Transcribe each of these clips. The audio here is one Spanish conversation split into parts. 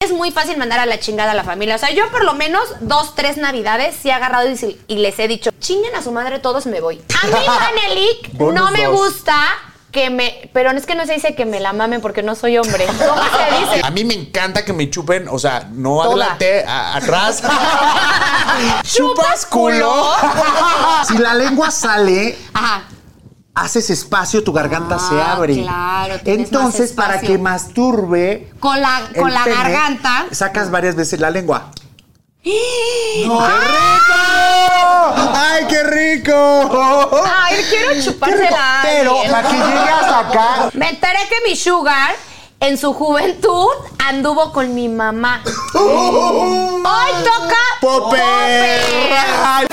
es muy fácil mandar a la chingada a la familia. O sea, yo por lo menos dos, tres navidades sí he agarrado y, sí- y les he dicho, chinguen a su madre todos, me voy. A mí, Manelik, no Bonus me dos. gusta que me... Pero es que no se dice que me la mamen porque no soy hombre. ¿Cómo se dice? A mí me encanta que me chupen, o sea, no Toda. adelante, a- atrás. ¡Chupas culo! Si la lengua sale, Ajá. haces espacio, tu garganta Ah, se abre. claro, tienes Entonces, más para espacio. que masturbe. Con la, el con la pene, garganta. Sacas varias veces la lengua. ¡No! ¡Ay, qué rico! Ay, quiero Qué rico. chupársela. Pero para que llegue hasta acá. Me enteré que mi sugar en su juventud anduvo con mi mamá. Hoy toca Popper. Popper.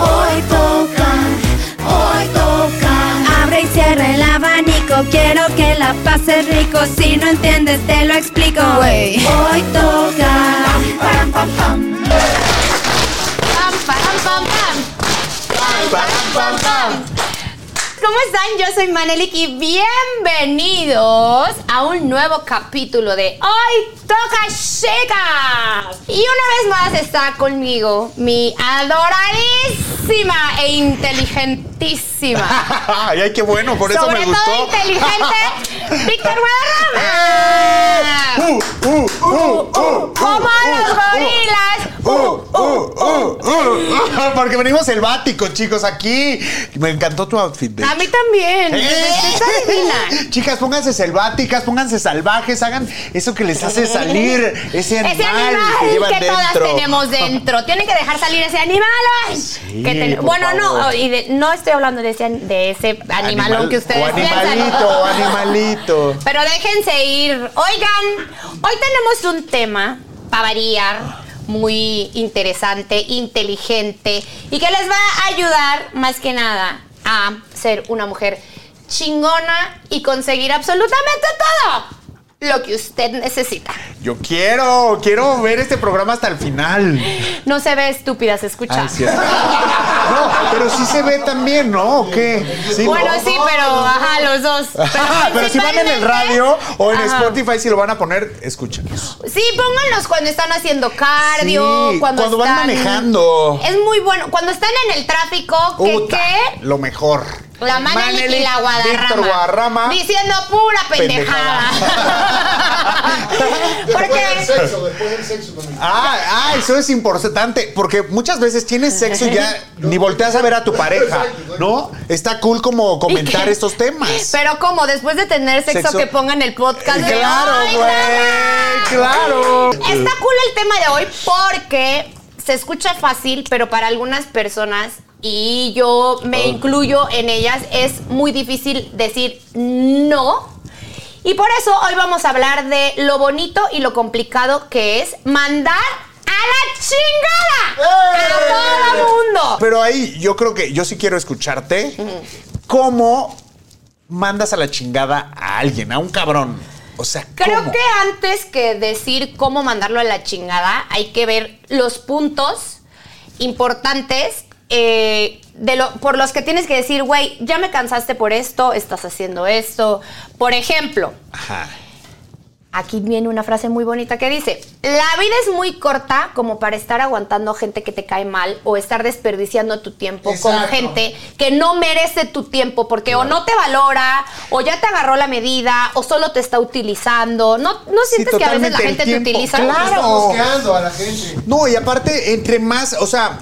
Hoy toca, hoy toca. Abre y cierra el abanico, quiero que la pases rico. Si no entiendes, te lo explico. Hoy toca. Pam, param, pam, pam. Pam, pam, pam. ¿Cómo están? Yo soy Manelik y bienvenidos a un nuevo capítulo de Hoy Toca Chicas. Y una vez más está conmigo mi adoradísima e inteligentísima. Ay, qué bueno, por eso Sobre me todo gustó. inteligente, Víctor Guadarrama. Uh, uh, uh, uh, Como los gorilas. uh, uh, uh, uh. Porque venimos selváticos, chicos, aquí. Me encantó tu outfit. de- A mí también. ¡Eh! Está divina. Chicas, pónganse selváticas, pónganse salvajes, hagan eso que les hace salir ese animal, Ese animal que llevan que todas dentro. tenemos dentro. Tienen que dejar salir ese animal. ay, que ten- por Bueno, no, favor. y de- no estoy hablando de ese, an- de ese animalón Animal- que ustedes o animalito, o piensan. animalito. Pero déjense ir. Oigan, hoy tenemos un tema para variar muy interesante, inteligente y que les va a ayudar más que nada a ser una mujer chingona y conseguir absolutamente todo lo que usted necesita. Yo quiero, quiero ver este programa hasta el final. No se ve estúpida, se escucha. Ah, sí. No, pero sí se ve también, ¿no? ¿O qué? Sí, bueno, ¿no? sí, pero ajá, los dos. Ajá, pero si van en el principalmente- radio o en Ajá. Spotify, si lo van a poner, escúchanos. Sí, pónganlos cuando están haciendo cardio, Sí, cuando, cuando van están- manejando. Es muy bueno. Cuando están en el tráfico, ¿qué Uta, qué? Lo mejor. La Manelik y la Guadarrama. Víctor Guadarrama. Diciendo pura pendejada. Pendejada. Porque Ah, ah, eso es importante, porque muchas veces tienes sexo y ya ni volteas a ver a tu pareja, ¿no? Está cool como comentar qué? estos temas. pero como después de tener sexo, Sexo. que pongan el podcast. de, Claro, "Ay, güey, nena". claro. Está cool el tema de hoy porque se escucha fácil, pero para algunas personas, y yo Ah. me incluyo en ellas, es muy difícil decir no. Y por eso hoy vamos a hablar de lo bonito y lo complicado que es mandar a la ¡Eh! chingada a todo mundo. Pero ahí yo creo que yo sí quiero escucharte cómo mandas a la chingada a alguien, a un cabrón. O sea, Creo ¿cómo? que antes que decir cómo mandarlo a la chingada, hay que ver los puntos importantes eh, de lo, por los que tienes que decir, güey, ya me cansaste por esto, estás haciendo esto. Por ejemplo, Ajá. aquí viene una frase muy bonita que dice, la vida es muy corta como para estar aguantando gente que te cae mal o estar desperdiciando tu tiempo con Exacto. gente que no merece tu tiempo porque o no te valora o ya te agarró la medida o solo te está utilizando. ¿No, no Sí, sientes que a veces la totalmente, el gente te tiempo, utiliza? claro. a la gente. No, y aparte, entre más, o sea,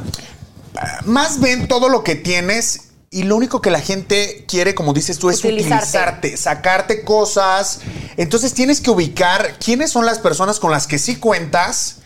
más ven todo lo que tienes y lo único que la gente quiere, como dices tú, es Utilizarte. utilizarte, sacarte cosas. Entonces tienes que ubicar quiénes son las personas con las que sí cuentas.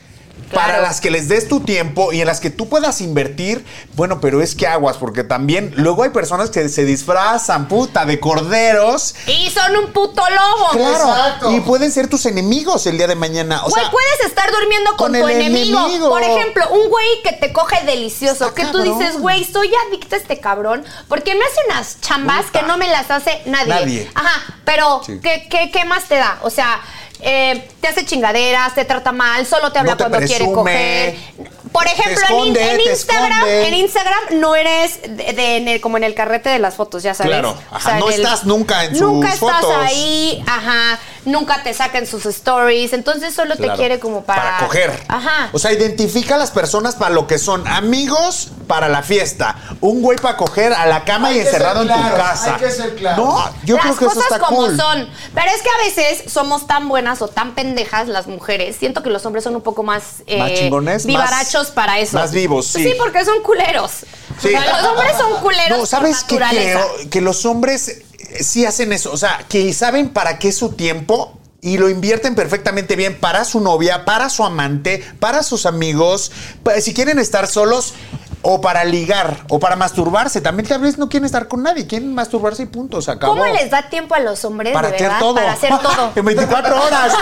Para Claro. las que les des tu tiempo y en las que tú puedas invertir, bueno, pero es que aguas, porque también luego hay personas que se disfrazan, puta, de corderos. Y son un puto lobo. Claro. Exacto. Y pueden ser tus enemigos el día de mañana. O Güey, sea, puedes estar durmiendo con, con tu el enemigo. enemigo. Por ejemplo, un güey que te coge delicioso, Está que tú cabrón. dices, güey, soy adicta a este cabrón, porque me hace unas chambas que no me las hace nadie. Nadie. Ajá, pero Sí. ¿qué, qué, qué más te da? O sea, eh, te hace chingaderas, te trata mal, solo te habla No te cuando quiere presume. coger. Por ejemplo, en- esconde, en, te Instagram, esconde. en Instagram no eres de- de- en el- como en el carrete de las fotos, ya sabes. Claro, O ajá, sea, no en el- estás nunca en Nunca sus estás fotos. ahí, ajá, nunca te sacan sus stories, entonces solo te Claro, quiere como para... Para coger. Ajá. O sea, identifica a las personas para lo que son. Amigos para la fiesta. Un güey para coger a la cama Hay y que ser encerrado en tu claros, casa. hay que ser claros. No, yo las creo que eso cosas está como cool. son. Pero es que a veces somos tan buenas o tan pendejas las mujeres. Siento que los hombres son un poco más, eh, Más chingones, vivarachos más- para eso. Pues más vivos, sí. Sí, porque son culeros. Sí. O sea, los hombres son culeros. No, ¿sabes por qué naturaleza. creo? Que los hombres eh, sí hacen eso. O sea, que saben para qué es su tiempo y lo invierten perfectamente bien para su novia, para su amante, para sus amigos. pa- Si quieren estar solos o para ligar o para masturbarse. También tal vez no quieren estar con nadie, quieren masturbarse y punto, se acabó. ¿Cómo les da tiempo a los hombres Para de hacer verdad? todo. Para hacer todo. en 24 horas.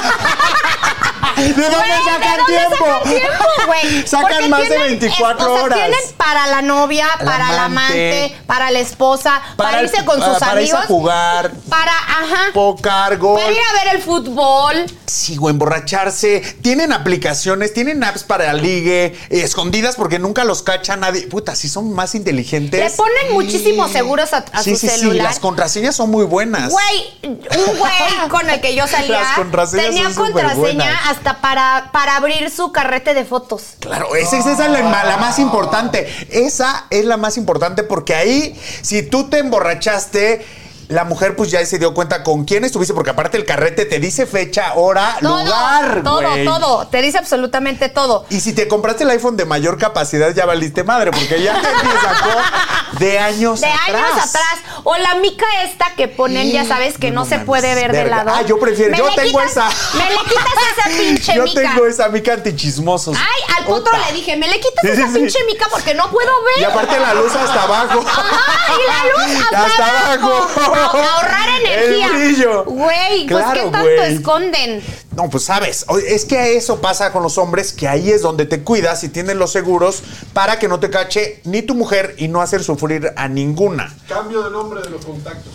¿De dónde Güey, ¿de sacan dónde tiempo? sacan tiempo, güey? Sacan Porque más de tienen, eh, 24 o sea, horas. Tienen para la novia, Al para el amante, amante, para la esposa, para, el- ah, irse con sus Para irse amigos, a jugar, para, ajá, pocar, gol. para ir a ver el fútbol. Sigo emborracharse. Tienen aplicaciones, tienen apps para ligue, eh, escondidas porque nunca los cacha nadie. Puta, si son más inteligentes. Le ponen muchísimos seguros a, a sí, su sí, sí. celular. Las contraseñas son muy buenas. Güey, un güey con el que yo salía Las contraseñas tenía son súper contraseña buenas. hasta para, para abrir su carrete de fotos. Claro, esa, esa es la, ma- la más importante. Esa es la más importante porque ahí, si tú te emborrachaste, la mujer pues ya se dio cuenta con quién estuviste, porque aparte el carrete te dice fecha, hora, Todo, lugar. todo, güey. todo. Te dice absolutamente todo. Y si te compraste el iPhone de mayor capacidad, ya valiste madre, porque ya te sacó de años De atrás. años atrás. O la mica esta que ponen, ya sabes, que no, No, no se mames, puede ver de verga. lado. Ah, yo prefiero- yo le tengo quitas- esa. Me le quitas esa pinche Yo mica. tengo esa mica antichismosos. Ay, al potro Puta. le dije, me le quitas Sí, sí, esa sí. pinche mica porque no puedo ver. Y aparte la luz hasta abajo. Ajá, y la luz hasta, abajo. A- ahorrar energía. El brillo. Güey, pues Claro, qué tanto güey. esconden. No, pues sabes, o- es que a eso pasa con los hombres, que ahí es donde te cuidas y tienes los seguros para que no te cache ni tu mujer y no hacer sufrir a ninguna. Cambio de nombre de los contactos.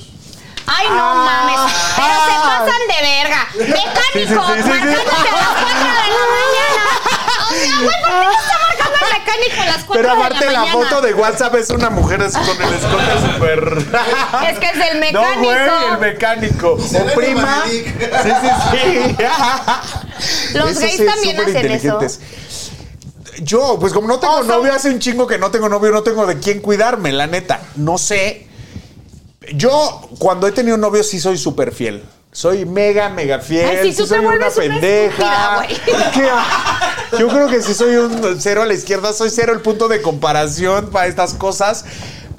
Ay, no Ah. mames. Pero se pasan de verga. Mecánico, Sí, sí, sí, sí, sí. marcándome a las 4 de la mañana. O sea, güey, ¿por qué me está marcando el mecánico a las 4 de Pero la aparte mañana? la, foto de WhatsApp es una mujer así con el escote súper. Es que es del No, mecánico. güey, el mecánico. ve O como prima. Sí, Manic. sí, sí. Los Eso gays sí es también súper hacen eso. inteligentes. Yo, pues como no tengo O son- novio, hace un chingo que no tengo novio, no tengo de quién cuidarme, la neta. No sé. Yo, cuando he tenido novio, sí soy súper fiel. Soy mega, mega fiel. Ay, sí, tú te soy una vuelves una pendeja. estúpida, ¿Qué? Yo creo que sí soy un cero a la izquierda, soy cero el punto de comparación para estas cosas.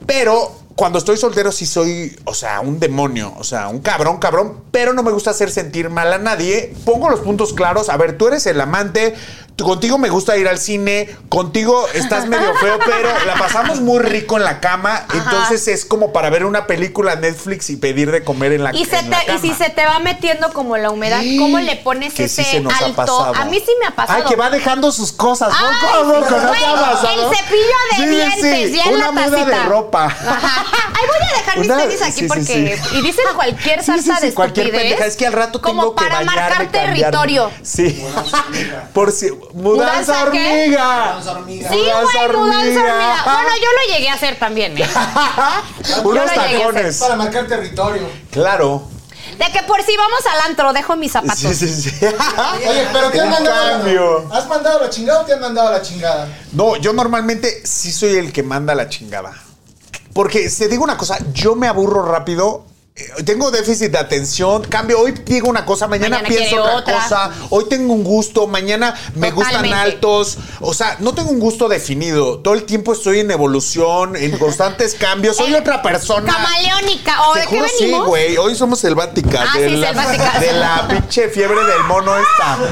Pero cuando estoy soltero, sí soy, o sea, un demonio, o sea, un cabrón, cabrón. Pero no me gusta hacer sentir mal a nadie. Pongo los puntos claros. A ver, tú eres el amante. tú- Contigo me gusta ir al cine, contigo estás medio feo, pero la pasamos muy rico en la cama. Entonces es como para ver una película Netflix y pedir de comer en la, Y, se en la te- y cama. si se te va metiendo como la humedad, ¿cómo le pones Que sí ese se nos ha alto? pasado. a mí sí me ha pasado. Ay, que va dejando sus cosas. ¿no? Ay, ¿Cómo? ¿Cómo no te güey, ha pasado? el cepillo de Sí, sí, dientes, sí. ya en Una la muda tacita. de ropa. Ajá. Ay, voy a dejar mis Una- tenis aquí sí, sí, porque. sí. Y dicen cualquier Sí, salsa sí, sí, de cualquier estupidez, pendeja. Es que al rato tengo Como para que bañarme, marcar cambiarme. territorio. Sí. Por si. ¿Mudanza Mudanza qué? hormiga. Sí, güey, mudanza hormiga. Bueno, yo lo llegué a hacer también, ¿eh? Unos llegué a hacer. tacones. Para marcar territorio. Claro. De que por si vamos al antro, dejo mis zapatos. Sí, sí, sí. Oye, pero te El han mandado. cambio. ¿Has mandado la chingada o te han mandado la chingada? No, yo normalmente sí soy el que manda la chingada. Porque te digo una cosa, yo me aburro rápido. eh, Tengo déficit de atención, cambio, hoy digo una cosa, mañana, Mañana pienso quiere otra, otra. cosa, hoy tengo un gusto, mañana me gustan Totalmente. altos, o sea, no tengo un gusto definido, todo el tiempo estoy en evolución, en constantes cambios, soy Eh, otra persona. Camaleónica. ¿O Te de qué juro, sí, venimos? güey, hoy somos selváticas. Ah, de sí, la- selváticas. De la pinche fiebre del mono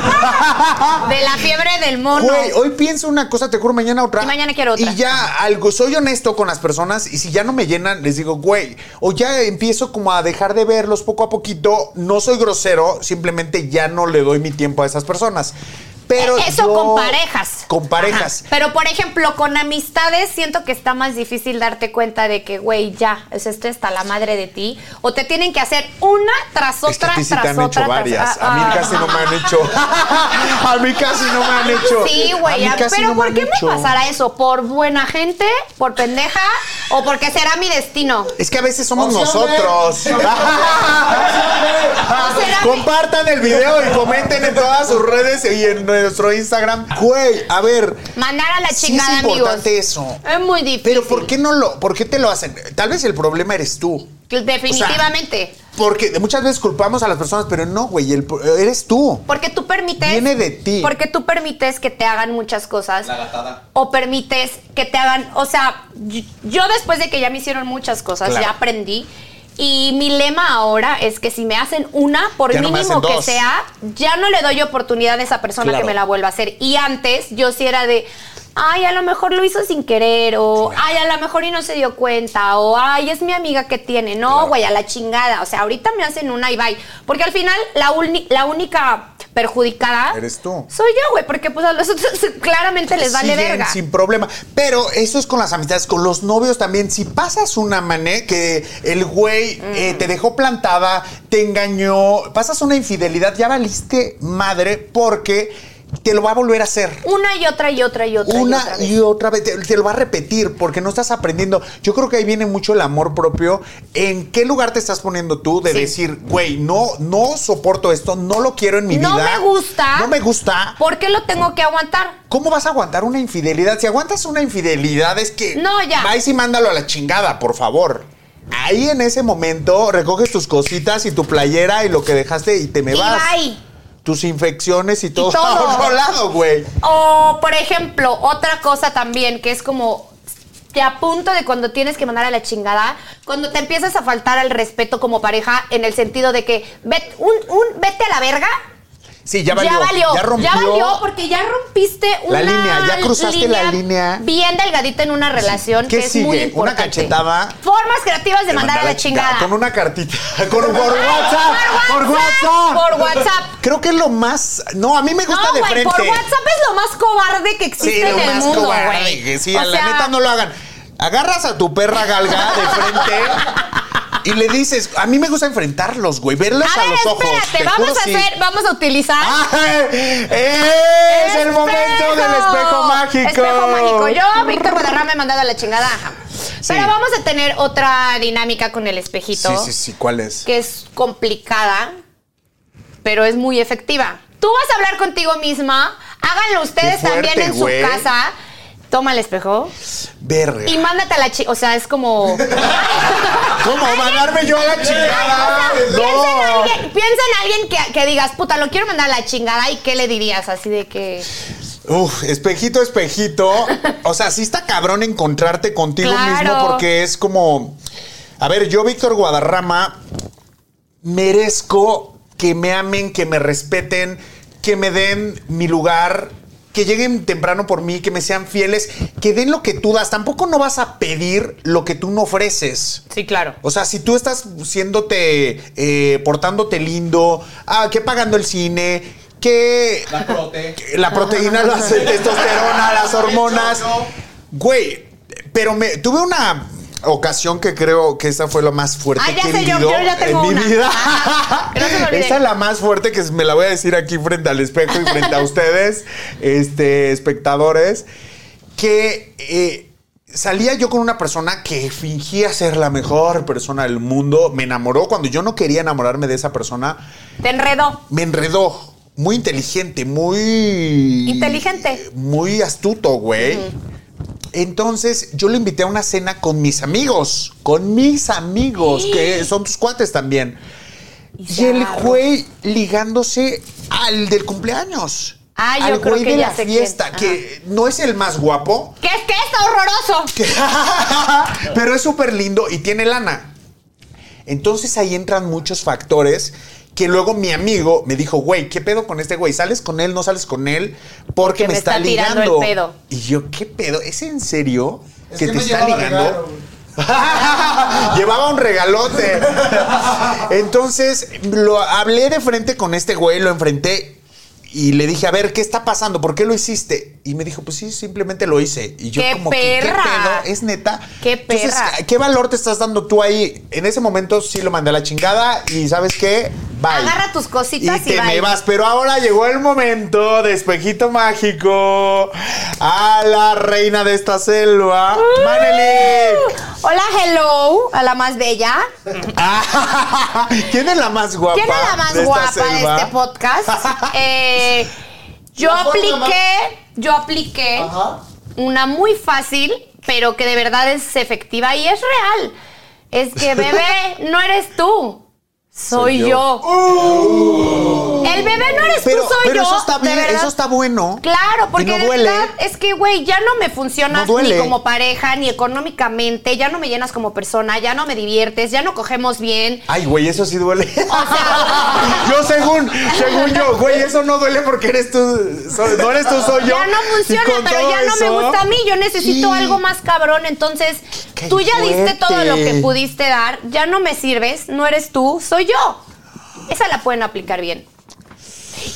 esta. de la fiebre del mono. Güey, hoy pienso una cosa, te juro, mañana otra. Y mañana quiero otra. Y ya algo, soy honesto con las personas y si ya no me llenan, les digo, güey, o ya empiezo como a dejar de verlos poco a poquito, no soy grosero, simplemente ya no le doy mi tiempo a esas personas. Pero Eh, Eso yo- con parejas. Con parejas. Ajá. Pero, por ejemplo, con amistades siento que está más difícil darte cuenta de que, güey, ya, es este está la madre de ti. O te tienen que hacer una tras Es que a otra, ti sí tras te han otra. hecho tras- varias. Ah, A mí ah. casi no me han hecho. A mí casi no me han hecho. Sí, A güey. mí ah, casi Pero no ¿por han qué me hecho. pasará eso? ¿Por buena gente? ¿Por pendeja? ¿O porque será mi destino? Es que a veces somos Opción B. nosotros. será mi- Compartan el video y comenten en todas sus redes y en nuestro Instagram. Güey, a ver. Mandar a la Sí chingada, es amigos. importante eso. Es muy difícil. Pero ¿por qué no lo, por qué te lo hacen? Tal vez el problema eres tú. Definitivamente. Porque muchas veces culpamos a las personas, pero no, güey, el pro- eres tú. Porque tú permites. Viene de ti. Porque tú permites que te hagan muchas cosas. La gatada. O permites que te hagan. O sea, y- yo después de que ya me hicieron muchas cosas, Claro. ya aprendí. Y mi lema ahora es que si me hacen una, por Ya no me mínimo hacen que dos. sea, ya no le doy oportunidad a esa persona Claro. que me la vuelva a hacer. Y antes yo sí era de. Ay, a lo mejor lo hizo sin querer, o ay, a lo mejor y no se dio cuenta, o ay, es mi amiga que tiene. No, güey, a la chingada. O sea, ahorita me hacen una y bye. Porque al final la, uni- la única perjudicada Eres tú. soy yo, güey, porque pues a los otros claramente les vale Siguen verga. Sin problema. Pero eso es con las amistades, con los novios también. Si pasas una mané que el güey Mm. eh, te dejó plantada, te engañó, pasas una infidelidad, ya valiste madre porque te lo va a volver a hacer. Una y otra y otra y otra. y Una otra vez. y otra vez, te, te lo va a repetir porque no estás aprendiendo. Yo creo que ahí viene mucho el amor propio. ¿En qué lugar te estás poniendo tú de Sí. decir, güey, no, no soporto esto, no lo quiero en mi no me vida? gusta. No me gusta. ¿Por qué lo tengo que aguantar? ¿Cómo vas a aguantar una infidelidad? Si aguantas una infidelidad es que... No, ya. Va y sí mándalo a la chingada, por favor. Ahí en ese momento recoges tus cositas y tu playera y lo que dejaste y te me Y vas. bye. Tus infecciones y todo, todo. a otro lado, güey. O, por ejemplo, otra cosa también que es como te apunto de cuando tienes que mandar a la chingada, cuando te empiezas a faltar al respeto como pareja en el sentido de que vet- un, un vete a la verga. Sí, ya Ya valió, valió. ya valió, rompió. porque ya rompiste una La línea, ya cruzaste la línea. bien delgadita en una relación ¿Qué que es sigue? muy ¿Una importante. cachetada? Formas creativas de Te mandar a mandaba la chingada. Con una cartita. Con, por Ay, WhatsApp. por WhatsApp, por WhatsApp. Creo que es lo más. No, a mí me gusta No, de güey, frente. por WhatsApp es lo más cobarde que existe Sí, en lo el más mundo, cobarde. güey. que Sí, O a la sea, neta no lo hagan. Agarras a tu perra galga de frente. Y le dices, a mí me gusta enfrentarlos, güey, verlos A a, ver, los ojos. espérate, te vamos juro, a sí. hacer, vamos a utilizar ¡Ay! ¡Es el momento del espejo mágico! Espejo mágico. Yo, Víctor Guadarrama, he mandado a la chingada. Pero vamos a tener otra dinámica con el espejito. Sí, sí, sí, ¿cuál es? que es complicada, pero es muy efectiva. Tú vas a hablar contigo misma, háganlo ustedes Qué fuerte, también en su güey. casa. Toma el espejo Verga. y mándate a la chi... O sea, es como... ¿Cómo? ¿Mandarme yo a la chingada? Piensa en No. alguien, piensa en alguien que, que digas, puta, lo quiero mandar a la chingada. ¿Y qué le dirías? Así de que... Uf, espejito, espejito. O sea, sí está cabrón encontrarte contigo Claro. mismo porque es como. A ver, yo, Víctor Guadarrama, merezco que me amen, que me respeten, que me den mi lugar, que lleguen temprano por mí, que me sean fieles, que den lo que tú das. Tampoco no vas a pedir lo que tú no ofreces. Sí, claro. O sea, si tú estás siéndote, eh, portándote lindo, ah, que pagando el cine, que La prote. la proteína, la testosterona, las hormonas. El choco. Güey, pero me tuve una ocasión que creo que esa fue la más fuerte Ah, ya que he sé, yo- vivido yo ya tengo en una. mi vida. Ajá, que no se me olvide. esa es la más fuerte que me la voy a decir aquí frente al espejo y frente a ustedes, este espectadores, que eh, salía yo con una persona que fingía ser la mejor persona del mundo, me enamoró cuando yo no quería enamorarme de esa persona Te enredó. me enredó. Muy inteligente, muy. Inteligente. Muy astuto, güey. Entonces, yo lo invité a una cena con mis amigos. Con mis amigos, que son tus cuates también. Y el güey ligándose al del cumpleaños. Ah, yo al creo güey que de ya la sé quién. fiesta, que no es el más guapo, ¿Qué es que está horroroso? pero es súper lindo y tiene lana. Entonces ahí entran muchos factores que luego mi amigo me dijo, güey, ¿qué pedo con este güey? ¿Sales con él? ¿No sales con él? Porque, me, está, tirando ligando. el pedo. Y yo, ¿qué pedo? ¿Es en serio Es que, que te me está llevaba ligando? regalo, güey. Llevaba un regalote. Entonces, lo hablé de frente con este güey, lo enfrenté Y le dije, a ver, ¿qué está pasando? ¿Por qué lo hiciste? Y me dijo, pues sí, simplemente lo hice. Y yo ¡Qué como que, ¿qué perra! pedo? Es neta. ¡Qué Entonces, perra! ¿qué valor te estás dando tú ahí? En ese momento sí lo mandé a la chingada y ¿sabes qué? Bye. Agarra tus cositas y te bye. me vas. Pero ahora llegó el momento de espejito mágico a la reina de esta selva, ¡Uh! Manelik. Hola, hello, a la más bella. ¿Quién es la más guapa? ¿Quién es la más de esta guapa selva? de este podcast? Eh, yo La forma apliqué, yo apliqué Ajá. una muy fácil, pero que de verdad es efectiva y es real. Es que, bebé, no eres tú. Soy, Soy yo. yo. El bebé no eres ¡Oh! Pues Pero, tú, soy pero yo. eso está de bien, verdad. eso está bueno. Claro, porque no de duele. verdad es que, güey, ya no me funcionas No duele. ni como pareja, ni económicamente, ya no me llenas como persona, ya no me diviertes, ya no cogemos bien. Ay, güey, eso sí duele. O sea, yo según, según yo, güey, eso no duele porque eres tú, soy- no eres tú, soy yo. ya no Y funciona, con pero todo ya no me eso- gusta a mí, yo necesito Sí. algo más cabrón, entonces Qué tú ya diste fuerte. todo lo que pudiste dar, ya no me sirves, no eres tú, soy yo. Esa la pueden aplicar bien.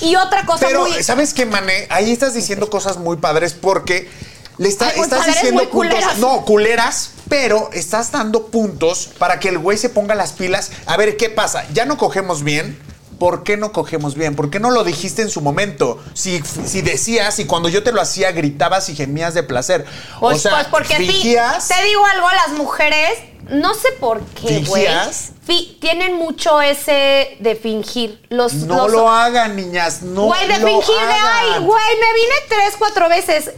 Y otra cosa Pero, muy... ¿sabes qué, Mané? Ahí estás diciendo cosas muy padres porque le está- Ay, muy estás padres, diciendo muy puntos. culeras. No, culeras, pero estás dando puntos para que el güey se ponga las pilas. A ver, ¿qué pasa? Ya no cogemos bien. ¿Por qué no cogemos bien? ¿Por qué no lo dijiste en su momento? Si, si decías y cuando yo te lo hacía gritabas y gemías de placer. Pues, o sea, pues, porque fingías- sí, te digo algo, las mujeres, no sé por qué, güey. ¿Fingías? fi- tienen mucho ese de fingir. Los, No los- lo hagan, niñas. No Güey, de lo fingir de, ay, hagan. güey, me vine tres, cuatro veces.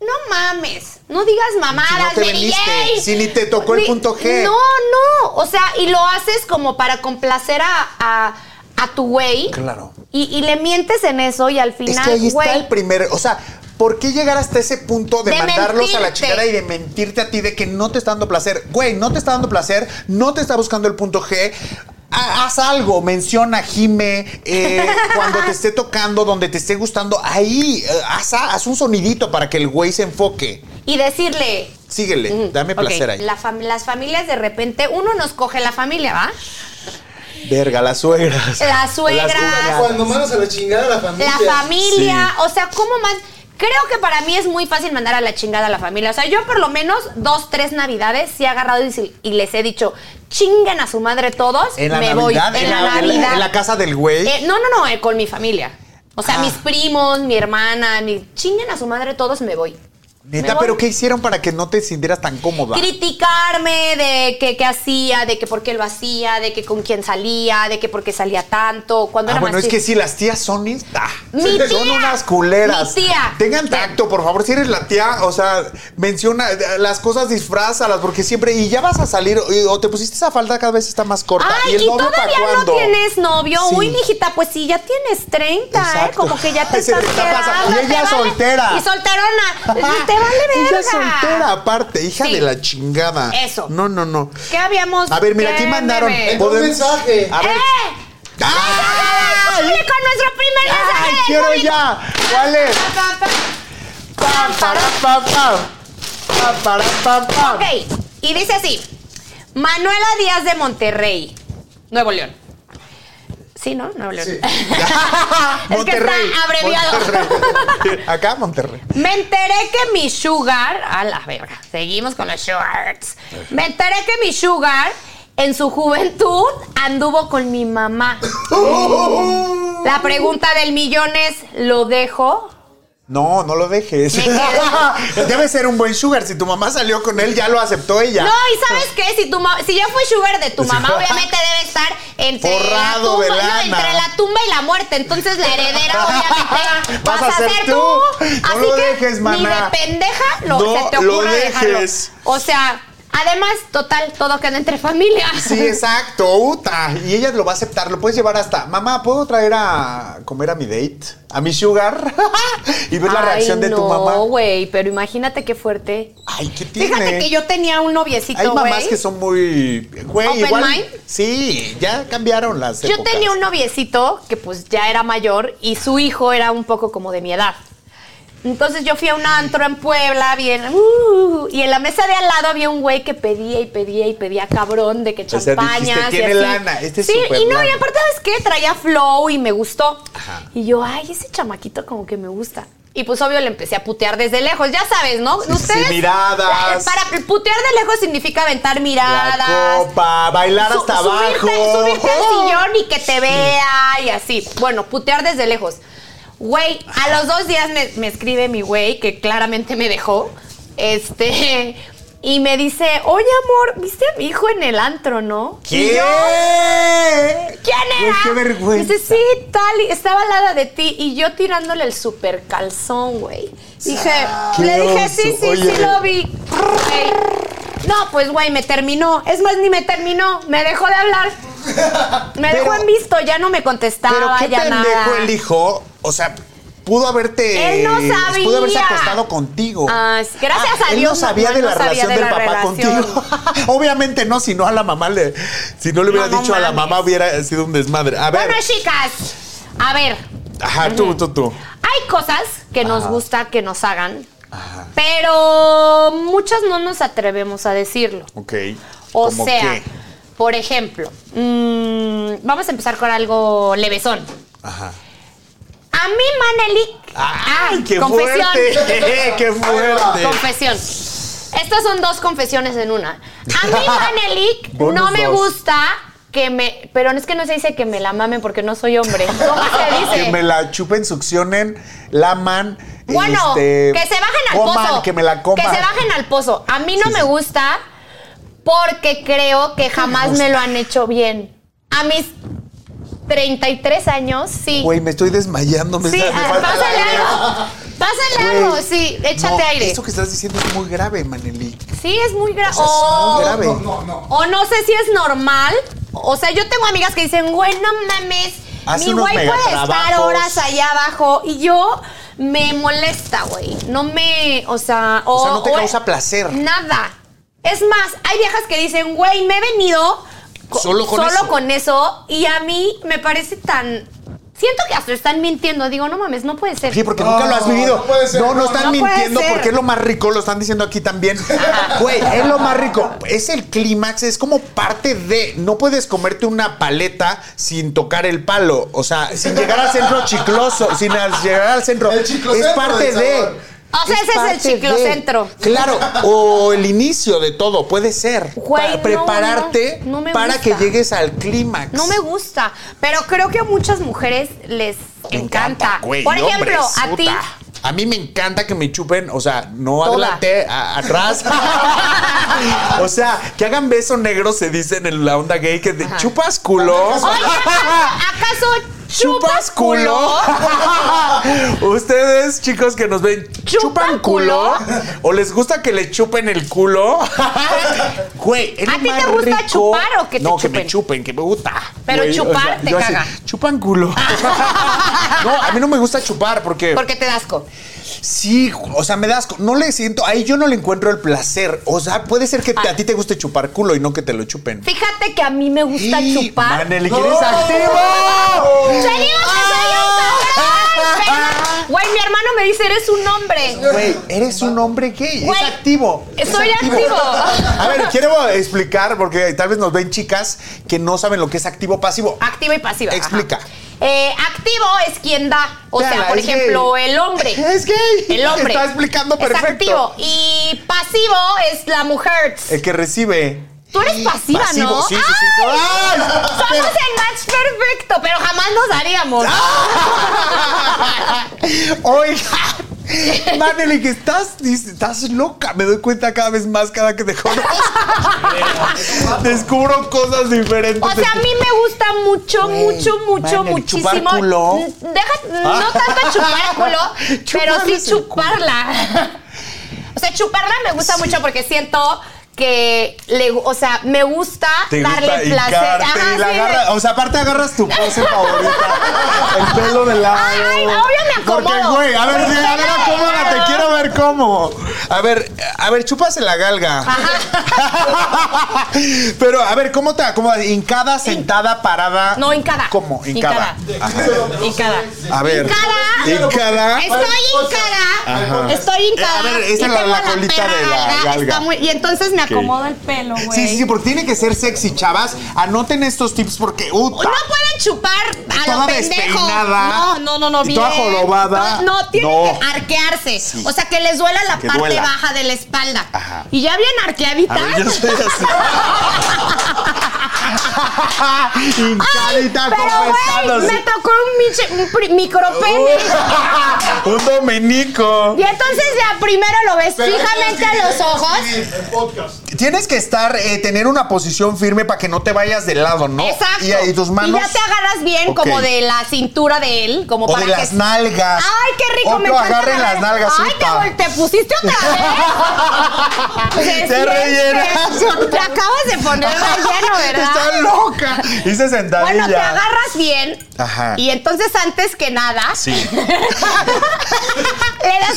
No mames, no digas mamadas, Si no te Mary viniste, Jane. si ni te tocó el Ni- punto G. No, no, o sea, y lo haces como para complacer a, a, a tu güey. Claro. Y, y le mientes en eso y al final, Es que ahí güey, está el primer. O sea, ¿por qué llegar hasta ese punto de, De mandarlos a la mentirte. chingada y de mentirte a ti de que no te está dando placer? Güey, no te está dando placer, no te está buscando el punto G. Ha- Haz algo, menciona, gime, eh, cuando te esté tocando, donde te esté gustando, ahí, eh, haz, haz un sonidito para que el güey se enfoque. y decirle, Síguele, Ujú. dame Ok, placer ahí. la fam- las familias de repente, uno nos coge la familia, ¿va? Verga, las suegras. Las suegras, cuñadas. Cuando mandas a la chingada a la familia. la familia, o sea, ¿cómo más? Creo que para mí es muy fácil mandar a la chingada a la familia. O sea, yo por lo menos dos, tres navidades sí he agarrado y, sí- y les he dicho, chingan a su madre todos, En la me Navidad, voy. en la- en la- Navidad. en la casa del güey. Eh, no, no, no, eh, con mi familia. O sea, Ah. mis primos, mi hermana, mi... chingan a su madre todos, me voy. Me Neta, voy. pero ¿qué hicieron para que no te sintieras tan cómoda? criticarme de que qué hacía, de que por qué lo hacía, de que con quién salía, de que por qué salía tanto, cuando Ah, era bueno, más es que chica. sí, las tías son. in- ah, Mi son tía, unas culeras. mi tía. Tengan tacto, por favor. Si eres la tía, o sea, menciona eh, las cosas, disfrázalas, porque siempre. Y ya vas a salir, y- o te pusiste esa falda, cada vez está más corta. Ay, ¿Y el y novio para todavía no cuándo? tienes novio. Sí. Uy, mijita, pues sí, ya tienes 30, ¿eh? Exacto. Como que ya te Se estás te está pasando. quedando. Y te ella vale- soltera. Y solterona. te vale verga. Ella es soltera, aparte, hija Sí. de la chingada. Eso. No, no, no. ¿Qué habíamos? A ver, mira, aquí ¿Qué, mandaron. bebé? Entonces, mensaje. A ¡Eh! ver. ¡Ah! ¡Mensaje del público! ¡Nuestro primer mensaje ¡Ay, del quiero público! ya! ¿Cuál es? Pa, pa, pa. ¡Pam, para, pam, pam! ¡Pam, para, pam, pam! Ok, y dice así: Manuela Díaz de Monterrey, Nuevo León. Sí, ¿no? Nuevo León. Es que está abreviado. Monterrey. Acá Monterrey. Me enteré que mi sugar. A la verga. Seguimos con los shorts. Me enteré que mi sugar. En su juventud anduvo con mi mamá. La pregunta del millón es, ¿lo dejo? No, no lo dejes. Me quedo. Debe ser un buen sugar. Si tu mamá salió con él, ya lo aceptó ella. No, y sabes qué, si tu ma- si ya fue sugar de tu mamá, obviamente debe estar entre la Forrado de tumba, no, lana. entre la tumba y la muerte. Entonces la heredera obviamente vas, a ser tú. No Así lo que dejes, ni maná. de pendeja lo, No se te lo ocurra dejarlo. dejes. O sea, además, total, todo queda entre familia. Sí, exacto, Uta. Y ella lo va a aceptar, lo puedes llevar hasta. Mamá, ¿puedo traer a comer a mi date? ¿A mi sugar? y ver la Ay, reacción de tu mamá. No, güey, pero imagínate qué fuerte. Ay, ¿qué tiene? Fíjate que yo tenía un noviecito, Hay mamás güey. que son muy. Güey, ¿Open igual. mind? Sí, ya cambiaron las. Yo épocas. tenía un noviecito que pues ya era mayor y su hijo era un poco como de mi edad. Entonces yo fui a un antro en Puebla, bien, uh, y en la mesa de al lado había un güey que pedía y pedía y pedía cabrón de que O sea, dijiste, champañas. y "Tiene así". lana, este es Sí, súper y no, y lana. aparte, ¿sabes qué? Traía flow y me gustó. Ajá. Y yo, ay, ese chamaquito como que me gusta. Y pues obvio le empecé a putear desde lejos, ya sabes, ¿no? sí, miradas. Para putear de lejos significa aventar miradas. La copa, bailar Su- hasta subirte- abajo. ¡Oh! Subirte al sillón y que te vea y así. Bueno, putear desde lejos. Güey, a los dos días me, me escribe mi güey, que claramente me dejó, este, y me dice, oye, amor, ¿viste a mi hijo en el antro, no? Y ¿Qué? yo, ¿Quién Güey, era? qué vergüenza. Dice, sí, tal, y estaba al lado de ti, y yo tirándole el super calzón, güey. Dije, Qué le dije, sí, oso, sí, oye. sí lo vi, güey. No, pues, güey, me terminó. Es más, ni me terminó, me dejó de hablar. Me Pero- dejó en visto, ya no me contestaba, Pero qué ya pendejo nada. el hijo. O sea, pudo haberte. Él no sabía. Pudo haberse acostado contigo. Ah, es- gracias a él Dios, no sabía no, de no la sabía relación de del la papá relación. contigo. Obviamente no, si no a la mamá le. Si no le hubiera No, no dicho a la mames. mamá, hubiera sido un desmadre. A ver. Bueno, chicas, a ver, Ajá, tú, tú, tú. hay cosas que nos Ajá. gusta que nos hagan, Ajá. pero muchas no nos atrevemos a decirlo. Ok. O ¿Cómo sea, qué? por ejemplo, mm, vamos a empezar con algo levesón. Ajá. A mí, Manelik. ¡Ay, Ay, qué confesión. fuerte! ¡Qué fuerte! Confesión. Estas son dos confesiones en una. A mí, Manelik, no Bonus me dos. gusta que me. Pero es que no se dice que me la mamen porque no soy hombre. ¿Cómo se dice? Ah, Que me la chupen, succionen, laman. Bueno, este, que se bajen al coman, pozo. Que me la coman. Que se bajen al pozo. A mí no Sí, me sí. gusta porque creo que jamás me lo han hecho bien. A mis 33 años, sí. Güey, me estoy desmayando. Me sí, está- me ah, falta el pásale aire. algo. Pásale Güey, algo, sí. Échate no, aire. Esto que estás diciendo es muy grave, Maneli. Sí, es muy Oh. grave. muy O, grave. No, no. o no sé si es normal. O sea, yo tengo amigas que dicen, güey, no mames. Hace mi unos güey puede estar megatrabajos. horas allá abajo. Y yo me molesta, güey. No me. O sea. O, O sea, no te causa placer. Nada. Es más, hay viejas que dicen, güey, me he venido. co- Solo con eso". con eso. Y a mí me parece tan. Siento que hasta están mintiendo. Digo, no mames, no puede ser. Sí, porque No, nunca lo has vivido. no puede ser, no, no no, están no puede mintiendo ser. porque es lo más rico, lo están diciendo aquí también. Güey, es lo más rico. Es el clímax, es como parte de. No puedes comerte una paleta sin tocar el palo. O sea, sin llegar al centro chicloso, sin al- llegar al centro. El chiclocentro es parte del de. sabor. O sea, ese es el parte de. chiclocentro. Claro, o el inicio de todo, puede ser. Güey, Para no, prepararte no, no me para gusta. que llegues al clímax. No me gusta, pero creo que a muchas mujeres les Me encanta. güey, Por no, ejemplo, hombre, a ti. puta. A mí me encanta que me chupen, o sea, no Toda. adelante, a- atrás. o sea, que hagan beso negro se dice en la onda gay que de- Ajá. chupas culo. Oye, ¿acaso ¿Chupas culo? Ustedes, chicos que nos ven, ¿chupan ¿Chupan culo? culo? ¿O les gusta que le chupen el culo? Güey, es ¿A lo ti te más gusta rico. chupar o que te No, que chupen? me chupen, que me gusta. Pero chupar te yo así, caga. chupan culo. no, a mí no me gusta chupar porque... Porque te das asco. Sí, o sea, me das. asco. No le siento. Ahí yo no le encuentro el placer. O sea, puede ser que Ah. te- a ti te guste chupar culo y no que te lo chupen. Fíjate que a mí me gusta chupar. Manel, No. ¿quieres activo? ¡Te digo que soy un Ah. hombre! Güey, mi hermano me dice, eres un hombre. Güey, eres un hombre gay. Güey, es activo. es Soy activo. A ver, quiero explicar, porque tal vez nos ven chicas que no saben lo que es activo pasivo. Activa y pasiva. ajá. Explica. Eh, activo es quien da. O Claro, sea, por es gay. ejemplo, el hombre. Es gay. El hombre. Está explicando perfecto. Es activo. Y pasivo es la mujer. El que recibe. Tú eres pasiva, pasivo, ¿no? sí, sí, sí. ¡Ay! ¡Ay! Somos el Pero- Ah, match perfecto, pero jamás nos daríamos. Oiga. Maneli, que estás, dice, estás loca. Me doy cuenta cada vez más cada que te conozco. Descubro cosas diferentes. O sea, a mí me gusta mucho, Güey, mucho, mucho, Manel, muchísimo. ¿chupar culo? Mm, Deja, no tanto chupar culo, pero Chuparles sí el culo. chuparla. O sea, chuparla me gusta mucho porque siento que le, gu- o sea, me gusta Te darle gusta placer. hincarte y la sí, agarra- o sea, aparte agarras tu pose favorita. El pelo de lado. Ay, obvio me acomodo. Porque, güey, a ver, sí, a ver, acomódate. Quiero ver ver cómo. A ver, a ver, chúpase la galga. Pero, a ver, ¿cómo te acomodas? ¿Hincada, sentada, parada? No, hincada. ¿Cómo? Hincada. Ah, Hincada. A ver. Hincada. Hincada. Estoy hincada. Estoy hincada. Eh, a ver, esa y es la- tengo la colita perra de la galga, galga. está muy- y entonces me acomodo el pelo, güey. Sí, sí, porque tiene que ser sexy, chavas. Anoten estos tips porque. Pues No ¡uta! pueden chupar a Toda los pendejos. despeinada. No, no, no, no. Y toda bien. jorobada. No, no, tienen No. que arquearse. O sea, que les duela la Que parte duela. baja de la espalda. Ajá. Y ya bien arqueaditas. A ver, yo soy Ay, así. Hincadita, pero güey, confesándose. me tocó un, miche- un pri- micropene. Un dominico. Y entonces ya primero lo ves fijamente a los ojos. Tienes que estar, eh, tener una posición firme para que no te vayas de lado, ¿no? Exacto. Y ahí tus manos. Y ya te agarras bien Ok. como de la cintura de él, como o para de las que. nalgas. Ay, qué rico Otro me encanta. agarre la- las nalgas. Ay, te, Pues, upa. vol- te pusiste otra vez. Te siente. rellenas. Te acabas de poner relleno, ¿verdad? Está loca. Hice sentadilla. Bueno, te agarras bien. Ajá. Y entonces, antes que nada, Sí. le das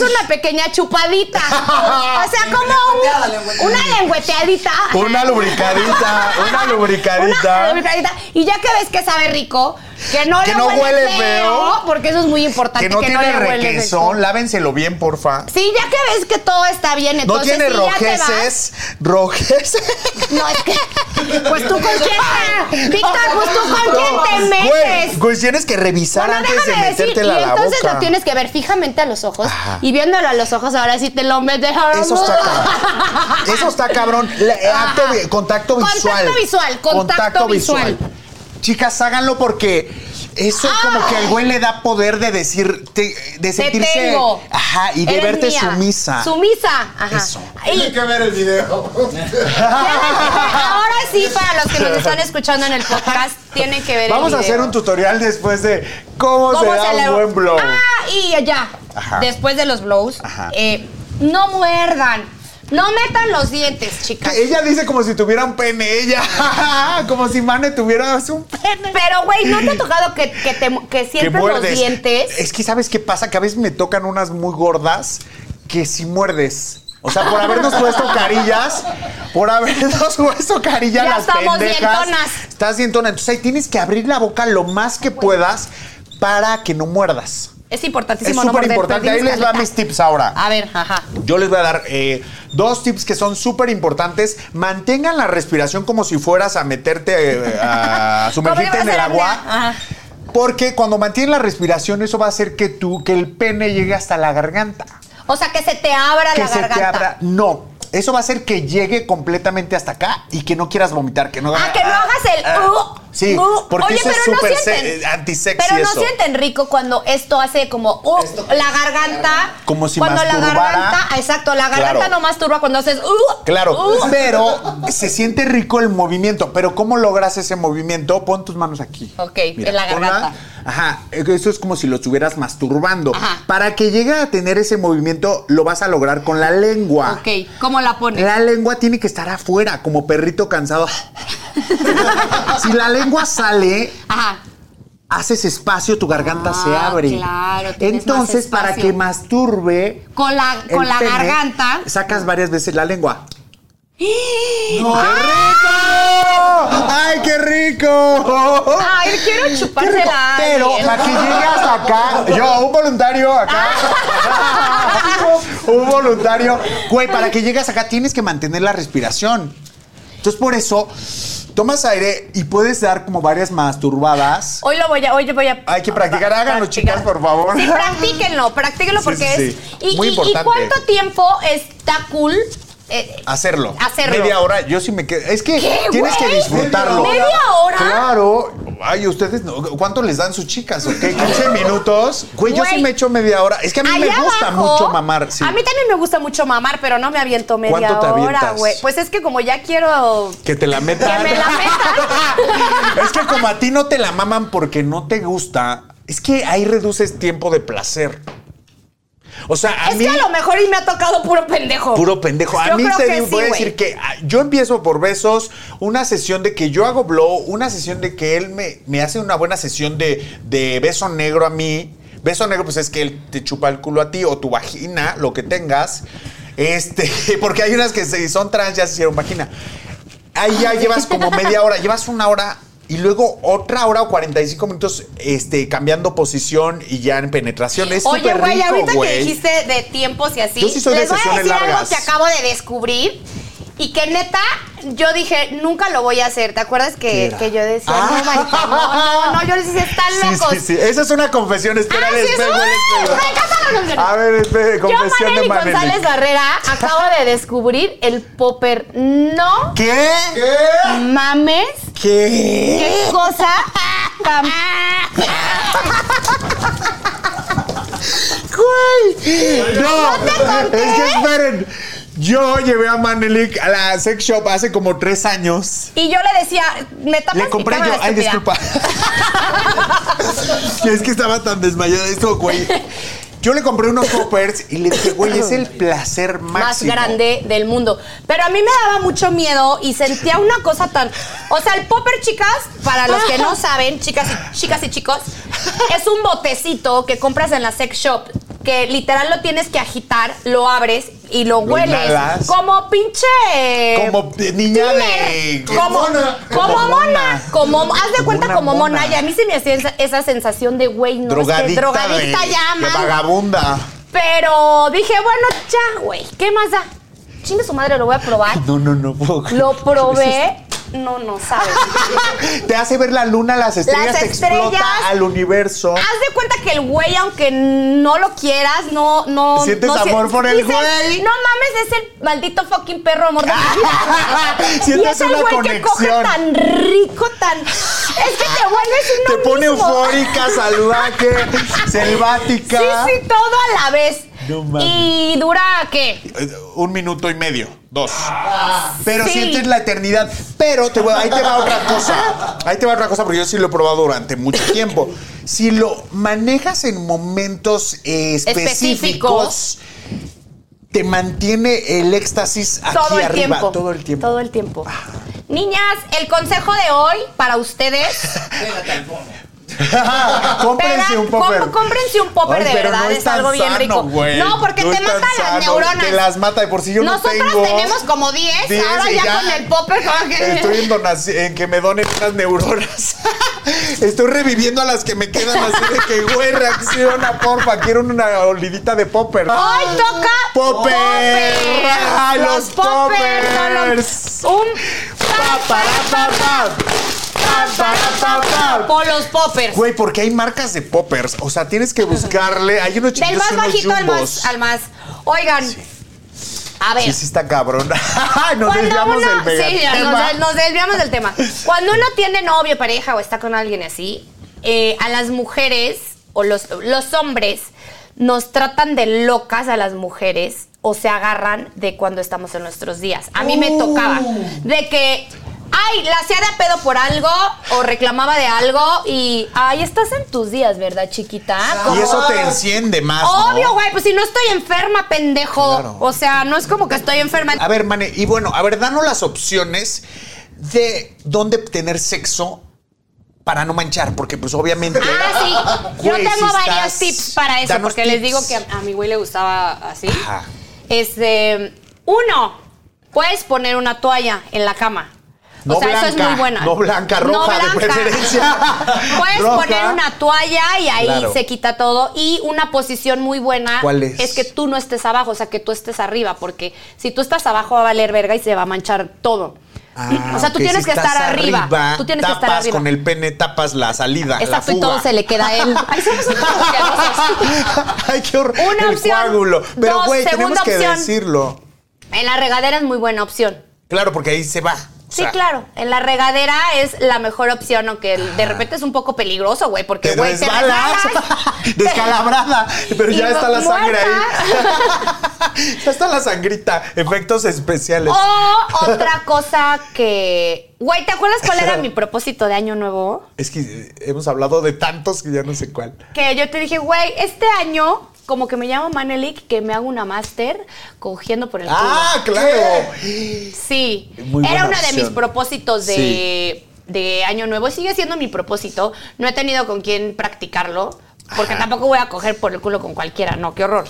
una pequeña chupadita. O sea, como Lengüeteada, un- lengüeteada. una lengüeteadita. Una lubricadita, una lubricadita. Una lubricadita. Y ya que ves que sabe rico, que no Que le no huele huele feo, feo. porque eso es muy importante. que no tiene le huele requesón, feo. lávenselo bien, porfa. Sí, ya que ves que todo está bien, No entonces tiene sí, ya te vas. rojeces, rojeces. No, es que. Pues tú con quién. Víctor, pues tú con quién te Güey, metes. Güey, tienes que revisar Bueno, antes de déjame decir, metértela y a la boca. entonces lo tienes que ver fijamente a los ojos Ajá. y viéndolo a los ojos ahora sí te lo metes. Eso está cabrón. Eso está cabrón. La- eh, Ajá. acto vi- contacto Contacto visual. visual, contacto visual. Chicas, háganlo porque eso como que al güey le da poder de decir, te- de Te sentirse. tengo. Ajá, y de Eres verte mía. sumisa. Sumisa, ajá. Eso. Y que ver el video. ahora sí, para los que nos están escuchando en el podcast, tienen que ver el Vamos a video. hacer un tutorial después de cómo, se da le- un buen blow. Ah, y ya. Ajá. Después de los blows, Ajá. eh, no muerdan. No metan los dientes, chicas. Ella dice como si tuviera un pene, ella. como si Mane tuviera un pene. Pero, güey, ¿no te ha tocado que, que, te- que que siempre los muerdes. dientes? Es que sabes qué pasa, que a veces me tocan unas muy gordas que si muerdes. O sea, por habernos puesto carillas, por habernos puesto carillas Ya las estamos pendejas. dientonas. Estás dientona. Entonces ahí tienes que abrir la boca lo más que puedas para que no muerdas. Es Es importantísimo no súper morder, importante. pero Ahí tienes Ah. les va calidad. mis tips ahora. A ver, ajá. Yo les voy a dar eh, dos tips que son súper importantes. Mantengan la respiración como si fueras a meterte, eh, a Como sumergirte ibas en a el la agua. apnea. Ajá. Porque cuando mantienes la respiración, eso va a hacer que tú, que el pene llegue hasta la garganta. O sea, que se te abra que la garganta. se te abra. No. Eso va a hacer que llegue completamente hasta acá y que no quieras vomitar, que no Ah, que no hagas el. Ah, uh, sí, uh. porque Oye, eso es pero súper no sienten. se- eh, antisexy Pero no eso. sienten rico cuando esto hace como. uh, la garganta. Como si Cuando la masturbara. garganta. ah, Exacto, la garganta Claro. no masturba cuando haces. uh, Claro, uh. pero se siente rico el movimiento. Pero ¿cómo logras ese movimiento? Pon tus manos aquí. Ok, en la ponla. garganta. Ajá, eso es como si lo estuvieras masturbando. Ajá. Para que llegue a tener ese movimiento, lo vas a lograr con la lengua. Ok, ¿cómo la pones? La lengua tiene que estar afuera, como perrito cansado. si la lengua sale, Ajá. haces espacio, tu garganta Ah, se abre. claro, tienes Entonces, más para espacio. que masturbe. Con la, con el la pene, garganta. ¡Eh! Sacas varias veces la lengua. No. ¡Qué rico! ¡Ay, qué rico! ¡Ah! Ay, quiero Qué rico. chupársela. Pero para que llegue hasta acá, yo, un voluntario acá. Ah. un voluntario. Güey, para que llegues acá tienes que mantener la respiración. Entonces, por eso, tomas aire y puedes dar como varias masturbadas. Hoy lo voy a, hoy yo voy a. Hay que practicar, háganlo, practicar. chicas, por favor. Sí, practíquenlo, practíquenlo Sí, porque sí, es. sí. Y, Muy y- y importante. cuánto tiempo está cool? eh, Hacerlo. Hacerlo. Media hora, yo sí me quedo. Es que ¿Qué, tienes güey? que disfrutarlo. ¿Media hora? Claro. Ay, ustedes, no- ¿cuánto les dan sus chicas? ¿Ok? 15 minutos. Güey, yo sí Güey. me echo media hora. Es que a mí me allá gusta abajo, mucho mamar. sí. A mí también me gusta mucho mamar, pero no me aviento media ¿Cuánto te hora, avientas? güey. Pues es que como ya quiero Que te la que metan. me la metan. Es que como a ti no te la maman porque no te gusta, es que ahí reduces tiempo de placer. O sea, a es mí. que a lo mejor y me ha tocado puro pendejo. Puro pendejo. A Yo mí creo te que digo, sí, voy a güey. decir que ah, yo empiezo por besos, una sesión de que yo hago blow, una sesión de que él me, me hace una buena sesión de, de beso negro a mí. Beso negro, pues es que él te chupa el culo a ti o tu vagina, lo que tengas. Este, porque hay unas que se- son trans, ya se hicieron vagina. Ahí ya llevas como media hora, llevas una hora y luego otra hora o 45 minutos este, cambiando posición y ya en penetración. Es Oye, súper güey, rico, ahorita güey. que dijiste de tiempos y así, Yo sí soy de les voy a sesiones decir algo largas. que acabo de descubrir y que neta, yo dije, nunca lo voy a hacer. ¿Te acuerdas ¿Qué que, era? que yo decía, Ah. no, marica, no, no, no, yo les decía, están Sí, locos? sí, sí. Esa es una confesión. Espera, Ah, les sí, es- pego, les ¡Ah! pego. Me encantan las confesiones. A ver, espere, Yo, Ah, confesión Maneli de Maneli. González Barrera, acabo de descubrir el popper. No ¿Qué? mames, ¿Qué? qué cosa tan No, te conté. es que esperen. Yo llevé a Manelik a la sex shop hace como tres años. Y yo le decía, me tapas Le mi compré yo. cámara, Ay, estúpida. disculpa. es que estaba tan desmayada esto, güey. Yo le compré unos poppers y le dije, güey, es el placer más máximo. grande del mundo. Pero a mí me daba mucho miedo y sentía una cosa tan. O sea, el popper, chicas, para los que no saben, chicas y, chicas y chicos, es un botecito que compras en la sex shop que literal lo tienes que agitar, lo abres y lo, hueles. inhalas. Como pinche. eh, Como de niña de. como, mona. como Como mona, mona. como haz de cuenta Una como mona. mona. y a mí se me hacía esa, esa sensación de güey, no, es que drogadicta. drogadicta de- ya, de man. vagabunda. Pero dije, bueno, ya, güey, ¿qué más da? Chingue su madre, lo voy a probar. No, no, no puedo. Lo probé. No, no sabes. este, Te hace ver la luna, las estrellas, te estrellas. explota al universo. Haz de cuenta que el güey, aunque no lo quieras, no, no. Sientes no amor por el dices, güey. No mames, es el maldito fucking perro amor de mi vida". Sientes y es el una güey que coge conexión. tan rico, tan. Es que te vuelves uno Te pone mismo. eufórica, salvaje, Sí, selvática. sí, todo a la vez. No mames. Y dura qué? Eh, Un minuto y medio, dos. Pero Ah. Sí. sientes la eternidad. Pero te voy- ahí te va otra cosa. Ahí te va otra cosa, porque yo sí lo he probado durante mucho tiempo. Si lo manejas en momentos eh, específicos, te mantiene el éxtasis aquí todo el arriba tiempo. todo el tiempo. Ah. Todo el tiempo. Niñas, el consejo de hoy para ustedes, Cómprense pegan- un popper. com- cómprense un popper Ay, de pero verdad, no es, tan algo bien sano, rico. güey. No, porque No te es tan mata las sano, neuronas. Te las mata de por si yo Nosotras no tengo. tenemos como 10, Diez ahora y ya, con el popper como que- Estoy en, donaci- en que me donen unas neuronas. Estoy reviviendo a las que me quedan así de que, güey, reacciona, porfa. Quiero una olidita de popper. Hoy toca Popper. Ah, Los, los poppers. poppers. no, no. Un Pa, para, pa, pa. Pa, para, pa, pa. por los poppers. Güey, porque hay marcas de poppers. O sea, tienes que buscarle. Hay unos Del chiquitos y más unos bajito al jumbos. más, al más. Oigan, a ver. Sí, sí está cabrón. Ay, nos Cuando desviamos uno- del mega sí, ya, nos tema. del- nos, desviamos del tema. Cuando uno tiene novio, pareja o está con alguien así, eh, a las mujeres o los, los hombres nos tratan de locas a las mujeres o se agarran de cuando estamos en nuestros días. A mí me Uh. tocaba de que... Ay, la hacía de a pedo por algo o reclamaba de algo y... Ay, estás en tus días, ¿verdad, chiquita? Y Como- eso te enciende más, ¿no? Obvio, güey, pues si no estoy enferma, pendejo. Claro. O sea, no es como que estoy enferma. A ver, Mane, y bueno, a ver, danos las opciones de dónde tener sexo para no manchar, porque pues obviamente... Ah, sí. Yo Güey, tengo si varios estás- tips para eso, danos porque les tips. digo que a a mi güey le gustaba así. Ajá. Este, uno, puedes poner una toalla en la cama. No o sea, eso es blanca, muy buena. no blanca, roja de preferencia. Puedes Roja. poner una toalla y ahí Claro. se quita todo. Y una posición muy buena ¿Cuál es? que tú no estés abajo, o sea, que tú estés arriba, porque si tú estás abajo va a valer verga y se va a manchar todo. Ah, o sea, tú ok, tienes si que estás estar arriba. Tú tienes que tapas estar arriba. con el pene, tapas la salida, Exacto, la y todo fuga. se le queda a él. Ay, somos unos asquerosos. Ay, qué horror. Una el opción. coágulo. Pero, Dos, güey, tenemos segunda que opción. decirlo. En la regadera es muy buena opción. Claro, porque ahí se va. O Sí, sea, claro. En la regadera es la mejor opción, aunque el- de repente es un poco peligroso, güey, porque, Te güey, te resbalas. resbalas. Descalabrada. Pero Y ya está la muerta. sangre ahí. ya está la sangrita. Efectos especiales. Oh. O otra cosa que... Güey, ¿te acuerdas cuál era mi propósito de año nuevo? Es que eh, hemos hablado de tantos que ya no sé cuál. Que yo te dije, güey, este año... Como que me llamo Manelik, que me hago una máster cogiendo por el culo. Ah, claro. Sí. Muy Era buena uno de opción. mis propósitos de, de Año Nuevo. Sigue siendo mi propósito. No he tenido con quién practicarlo. Porque tampoco voy a coger por el culo con cualquiera, no, qué horror.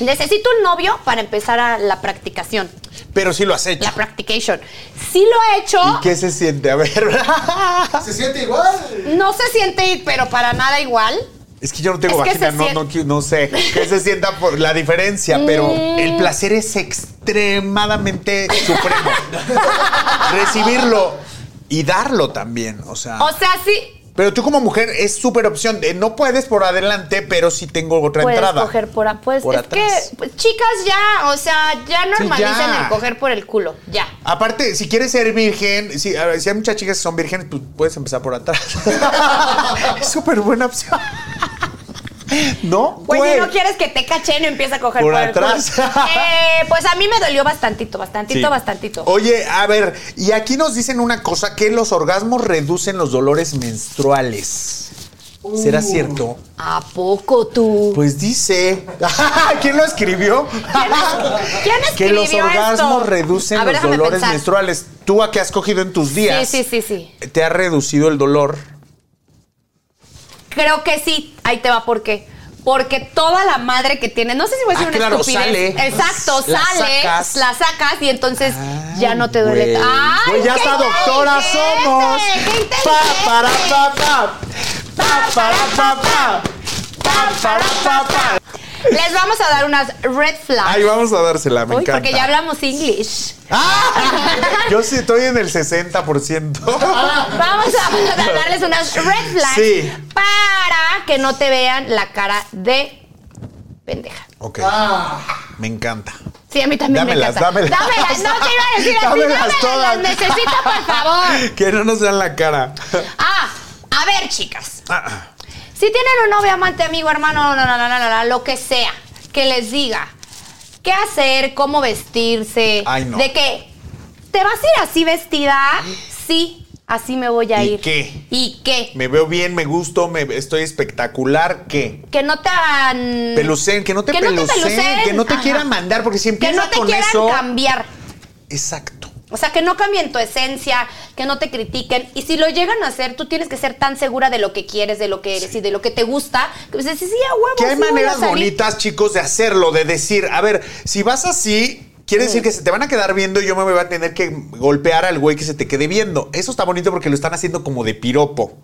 Necesito un novio para empezar a la practicación, Pero sí lo has hecho. la practication. Sí lo he hecho, ¿Y qué se siente? A ver. ¿Se siente igual? no se siente, pero para nada igual. Es que yo no tengo Es que vagina, se no, sien- no, qui- no sé qué se sienta por la diferencia, pero Mm. el placer es extremadamente supremo. Recibirlo y darlo también, o sea. O sea, sí pero tú como mujer es súper opción. de no puedes por adelante, pero sí tengo otra puedes entrada. coger por a- pues Por es atrás. que pues, chicas ya, o sea, ya normalicen ya. el coger por el culo, ya. Aparte, si quieres ser virgen, si, a ver, si hay muchas chicas que son vírgenes, pues puedes empezar por atrás. es súper buena opción. ¿No? Pues Güey. si no quieres que te cachen, empieza a coger Por por, atrás. el culo. Eh, pues a mí me dolió bastantito, bastantito, Sí. bastantito. Oye, a ver, y aquí nos dicen una cosa, que los orgasmos reducen los dolores menstruales. ¿Será cierto? ¿A poco tú? Pues dice. ¿Quién lo escribió? ¿Quién, quién Que escribió los orgasmos esto? reducen A ver, los déjame dolores pensar. menstruales. Tú a que has cogido en tus Sí, días. sí, sí, sí. ¿Te ha reducido el dolor? Creo que sí. Ahí te va por qué. Porque toda la madre que tiene, no sé si voy a decir Ah, una claro, estupidez. sale. Exacto, La sale, sacas. la sacas y entonces ya no te duele. Güey. ¡Ay, Güey, ya qué está doctora inteligente! somos. ¡Qué inteligente! Pa, para, pa, pa. Pa, para, pa, pa. Pa, para, pa, pa. Les vamos a dar unas red flags. Ay, vamos a dársela, me Uy, encanta. porque ya hablamos English. ¡Ah! Yo sí estoy en el 60%. Vamos a darles unas red flags Sí. para que no te vean la cara de pendeja. ok, Ah, me encanta. Sí, a mí también Dámelas, me encanta. dámelas. Dámelas, no te iba a decir así, Dámelas dámelas, todas. las necesito, por favor. Que no nos vean la cara. Ah, a ver, chicas. Ah, Si tienen un novio, amante, amigo, hermano, no, no, no, no, no, no, lo que sea, que les diga qué hacer, cómo vestirse. Ay, no. ¿Eh? De que, ¿te vas a ir así vestida? Sí, así me voy a ¿Y ir. qué? ¿Y qué? me veo bien, me gusto, me estoy espectacular. ¿Qué? Que no te hagan... Pelucen, que no te Que no te pelucen, pelucen. que no te Ajá. quieran mandar, porque si Que empieza no te con quieran eso. cambiar. Exacto. O sea, que no cambien tu esencia, que no te critiquen. Y si lo llegan a hacer, tú tienes que ser tan segura de lo que quieres, de lo que eres y de lo que te gusta. Que pues, dices, sí, a huevo, Que hay sí voy a maneras salir". bonitas, chicos, de hacerlo, de decir, a ver, si vas así, quiere decir que se te van a quedar viendo y yo me voy a tener que golpear al güey que se te quede viendo. Eso está bonito porque lo están haciendo como de piropo.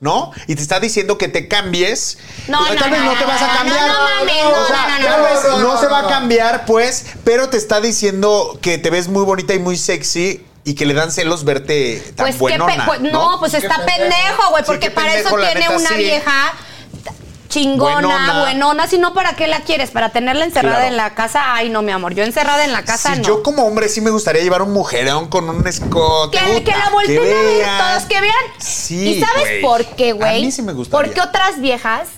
¿No? Y te está diciendo que te cambies. No, Tal no, vez no, no, no, te vas a no, cambiar. no, no mames, no, O sea, no, no, tal no, vez no, no, no se no, va a no. cambiar, pues, pero te está diciendo que te ves muy bonita y muy sexy y que le dan celos verte tan Pues qué buenona. pe- pues, no, pues Qué está pendejo. pendejo, güey, Sí, porque qué para pendejo, eso la tiene neta, una sí. vieja chingona, Buenona. buenona, si no, ¿para qué la quieres? ¿Para tenerla encerrada Claro. en la casa? Ay, no, mi amor, yo encerrada en la casa si no. yo como hombre sí me gustaría llevar un mujerón con un escote. Que, puta, que la volteen a ver vean. todos, que vean. Sí, ¿Y sabes güey. por qué, güey? A mí sí me gustaría. Porque otras viejas,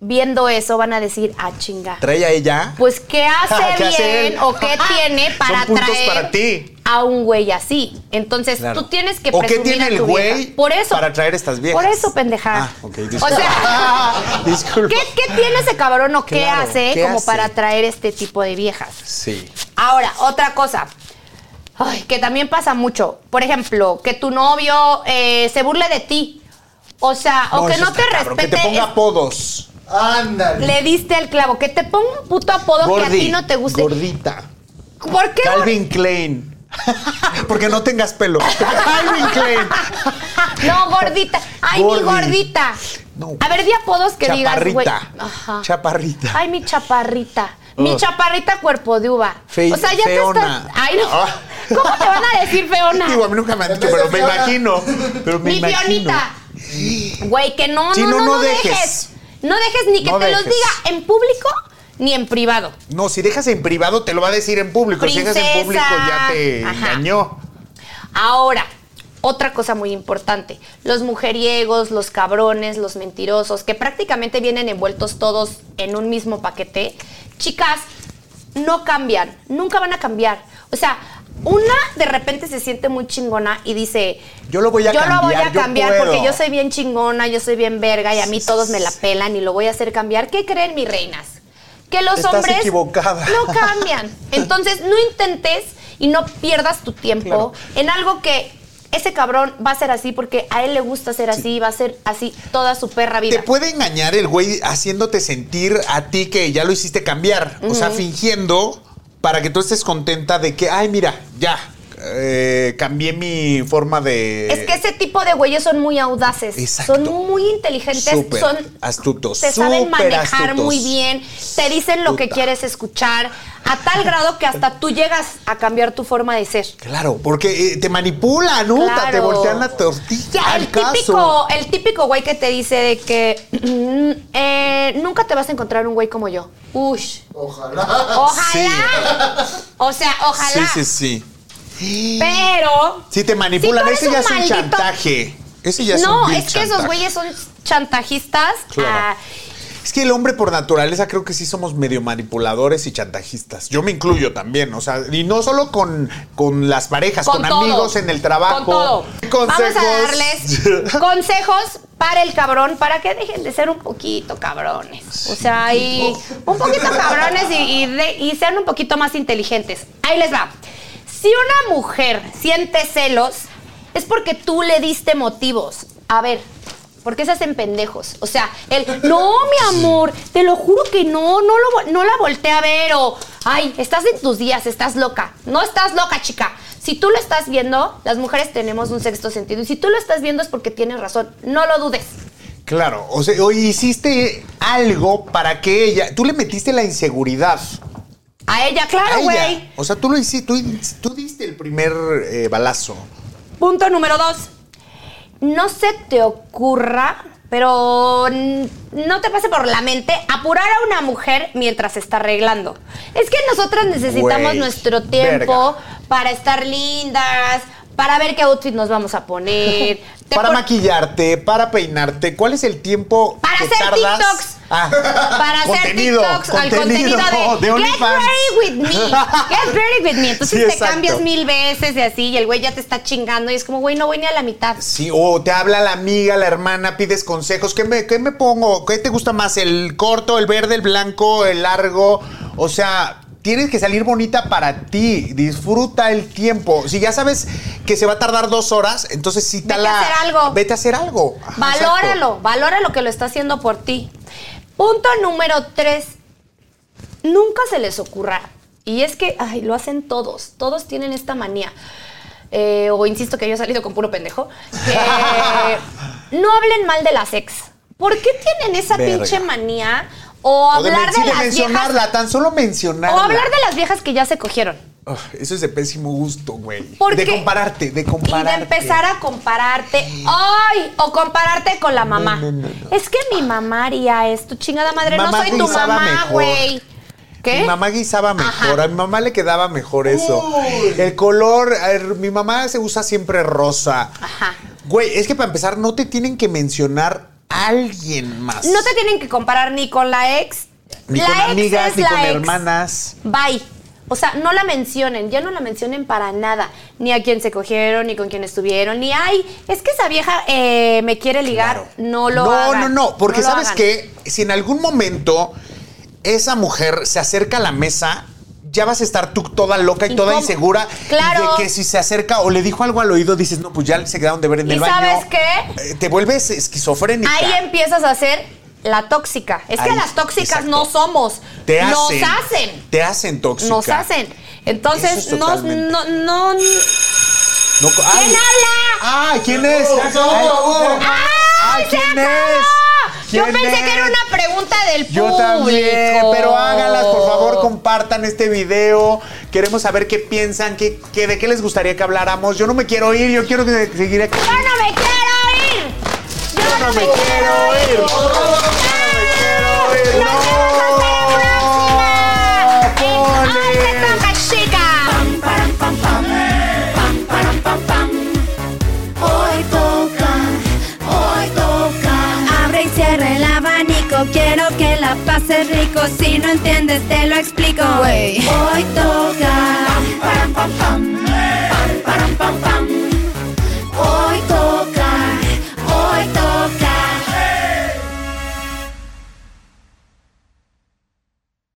viendo eso, van a decir, ah, chinga. Trae a ella. Pues, ¿qué hace ¿Qué bien hace él? o qué tiene para Son puntos atraer para ti. a un güey así? Entonces, Claro. tú tienes que ¿O qué presumir tiene a el tu güey vieja. Por eso. para atraer estas viejas? Por eso, pendeja. Ah, ok, O disculpa. sea, Disculpa. ¿qué, qué tiene ese cabrón o qué Claro, hace ¿qué como hace? para atraer este tipo de viejas? Sí. Ahora, otra cosa. Ay, que también pasa mucho. Por ejemplo, que tu novio eh, se burle de ti. O sea, o que eso no está te cabrón, respete. Que te ponga apodos. Ándale. Le diste al clavo. Que te ponga un puto apodo que a Gordi, ti no te guste. Gordita. ¿Por qué? Calvin Klein. Porque no tengas pelo. Calvin Klein. gor- No, gordita. Ay, Gordi. mi gordita. No. A ver, di apodos que digas, güey. Chaparrita. Ajá. Chaparrita. Ay, mi chaparrita. Mi Ugh. chaparrita cuerpo de uva. Fe- o sea, ya te feona. estás. Ay, Ah. no. ¿Cómo te van a decir feona? Digo, a mí nunca me han dicho, En vez pero de me Fiona. imagino. Pero me Mi imagino. Fionita. Güey, que no, Sí, no, no, no, no no dejes. dejes. No dejes ni que No te los dejes. diga en público ni en privado. No, si dejas en privado, te lo va a decir en público. Si dejas en Princesa. público, ya te Ajá. engañó. Ahora, otra cosa muy importante. Los mujeriegos, los cabrones, los mentirosos, que prácticamente vienen envueltos todos en un mismo paquete. Chicas, no cambian, nunca van a cambiar. O sea, una de repente se siente muy chingona y dice... Yo lo voy a Yo lo voy cambiar, a yo cambiar puedo". porque yo soy bien chingona, yo soy bien verga y a mí todos me la pelan y lo voy a hacer cambiar. ¿Qué creen mis reinas? Que los Estás hombres equivocada. no cambian. Entonces, no intentes y no pierdas tu tiempo en algo que ese cabrón va a ser así porque a él le gusta ser así, va a ser así toda su perra vida. Te puede engañar el güey haciéndote sentir a ti que ya lo hiciste cambiar. O sea, fingiendo para que tú estés contenta de que, ay, mira, ya, eh, cambié mi forma de... Es que ese tipo de güeyes son muy audaces. Exacto. Son muy inteligentes. Súper son astutos, Se saben súper manejar astutos. muy bien. Te dicen lo que Puta. quieres escuchar. A tal grado que hasta tú llegas a cambiar tu forma de ser. Claro, porque eh, te manipulan, ¿no? Claro. Te voltean la tortilla Ya, al el caso. típico, el típico güey que te dice de que eh, nunca te vas a encontrar un güey como yo. Ush. Ojalá. Ojalá. O sea, ojalá. Ah, Sí, sí, sí. Pero. Si te manipulan, Si tú eres ese un ya es un maldito- chantaje. Ese ya es un no, vil es que esos chantaje. güeyes son chantajistas. Claro. ah, Es que el hombre por naturaleza creo que sí somos medio manipuladores y chantajistas. Yo me incluyo también, o sea, y no solo con, con las parejas, con, todo. amigos en el Con trabajo. todo. Consejos. Vamos a darles consejos para el cabrón, para que dejen de ser un poquito cabrones. O sea, y un poquito cabrones y, y de- y sean un poquito más inteligentes. Ahí les va. Si una mujer siente celos, es porque tú le diste motivos. A ver. ¿Por qué se hacen pendejos? O sea, el, no, mi amor, te lo juro que no, no, lo, vo- no la volteé a ver o, ay, estás en tus días, estás loca. No estás loca, chica. Si tú lo estás viendo, las mujeres tenemos un sexto sentido. Y si tú lo estás viendo es porque tienes razón. No lo dudes. Claro, o sea, o hiciste algo para que ella, tú le metiste la inseguridad. A ella, a claro, ella. güey. O sea, tú lo hiciste, tú, tú diste el primer eh, balazo. Punto número dos. No se te ocurra, pero mm, no te pase por la mente apurar a una mujer mientras se está arreglando. Es que nosotras necesitamos Güey, nuestro tiempo verga. para estar lindas, para ver qué outfit nos vamos a poner. Te Para pon- maquillarte, para peinarte, ¿cuál es el tiempo Para que hacer tardas? TikToks. Ah. para hacer Contenido, TikToks al contenido contenido de, de Get OnlyFans". ready with me. Get ready with me. Entonces Sí, te exacto. cambias mil veces y así, y el güey ya te está chingando y es como, güey, no voy ni a la mitad. Sí, o te habla la amiga, la hermana, pides consejos. ¿Qué me, qué me pongo? ¿Qué te gusta más? ¿El corto, el verde, el blanco, el largo? O sea, tienes que salir bonita para ti. Disfruta el tiempo. Si ya sabes que se va a tardar dos horas, entonces sí Vete a hacer algo. Vete a hacer algo. Ajá, valóralo, exacto. valóralo que lo está haciendo por ti. Punto número tres. Nunca se les ocurra. Y es que, ay, lo hacen todos. Todos tienen esta manía. Eh, o insisto que yo he salido con puro pendejo. que no hablen mal de las ex. ¿Por qué tienen esa Verga. pinche manía? O O de, hablar men- sí, de, de las mencionarla, viejas. tan solo mencionarla. O hablar de las viejas que ya se cogieron. Ugh, eso es de pésimo gusto, güey. ¿Por De qué? compararte, de compararte. Y de empezar a compararte. ¡Ay! O compararte con la mamá. No, no, no, Es que mi mamá haría esto. Chingada madre, no Mamá soy tu guisaba mamá, mejor. güey. ¿Qué? Mi mamá guisaba mejor, Ajá. a mi mamá le quedaba mejor eso. El color, a ver, mi mamá se usa siempre rosa. Ajá. Güey, es que para empezar no te tienen que mencionar a alguien más. No te tienen que comparar ni con la ex. ni la con ex amigas, es ni la con ex. hermanas. Bye. O sea, no la mencionen, ya no la mencionen para nada. Ni a quién se cogieron, ni con quién estuvieron, ni ay, es que esa vieja eh, me quiere ligar. Claro. No lo No, hagan. no, no, porque lo sabes hagan. que si en algún momento esa mujer se acerca a la mesa, ya vas a estar tú toda loca y toda Incómodo. insegura. Claro. De que si se acerca o le dijo algo al oído, dices, no, pues ya se quedaron de ver en ¿Y el baño. sabes qué? Eh, te vuelves esquizofrénica. Ahí empiezas a ser la tóxica. Es que Ahí, las tóxicas exacto. no somos. Te Nos hacen. hacen. Te hacen tóxica. Nos hacen. Entonces, Eso es no, totalmente. no, no. No co- ¡Ay! ¿Quién habla? ¡Ay! ¿Quién es? Por favor, Ay, por favor. ¡Ay, ay, se ¿quién acabó! es? Yo Pues, ¿Quién pensé que era es? una pregunta del público. Yo también, pero háganlas, por favor, compartan este video. Queremos saber qué piensan, qué, qué- de qué les gustaría que habláramos. Yo no me quiero ir, yo quiero que- seguir aquí. ¡Yo no me quiero ir! ¡Yo, no, me quiero, ir! ir. No me quiero ir. ¡Nos vemos hasta la próxima! No, En Hoy Poli. te toca, chica! Hoy toca, hoy toca. Abre y cierra el abanico, quiero que la pases rico. Si no entiendes, te lo explico. Hoy toca,